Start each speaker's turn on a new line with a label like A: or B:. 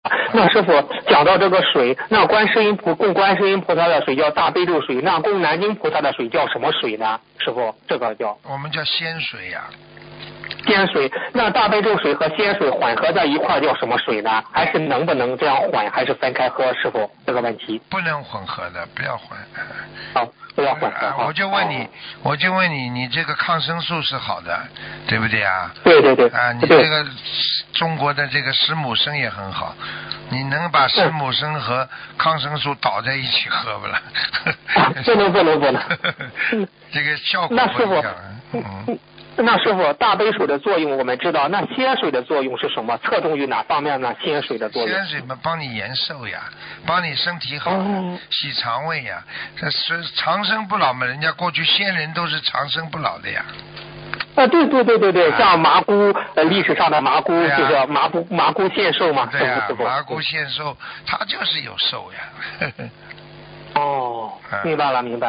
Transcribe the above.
A: 那师傅讲到这个水，那观世音菩供观世音菩萨的水叫大悲咒水，那供南京菩萨的水叫什么水呢？师傅，这个叫
B: 我们叫仙水呀、
A: 仙水。那大悲咒水和仙水混合在一块儿叫什么水呢？还是能不能这样混，还是分开喝？师傅，这个问题
B: 不能混合的，不要混。
A: 啊，不要混合
B: 呃
A: 哈。
B: 我就问你
A: 哦，
B: 我就问你，你这个抗生素是好的，对不对啊？
A: 对对对。
B: 啊，你
A: 对
B: 这个中国的这个石母参也很好，你能把石母参和抗生素倒在一起喝不啦？
A: 啊，不能不能不能。嗯
B: 这个效果
A: 那
B: 不
A: 师
B: 一
A: 傅
B: 样。嗯，
A: 那师傅，大杯水的作用我们知道，那仙水的作用是什么？侧重于哪方面呢？仙水的作用
B: 仙水嘛，帮你延寿呀，帮你身体好呀，
A: 哦
B: 洗肠胃呀。这是长生不老嘛，人家过去仙人都是长生不老的呀。
A: 啊，对对对对对，
B: 啊
A: 像麻姑，呃，历史上的麻姑
B: 对呀
A: 就是麻姑麻姑献寿嘛，
B: 对呀、
A: 是不是
B: 麻姑献寿，他就是有寿呀。
A: 哦
B: 啊，
A: 明白了明白了。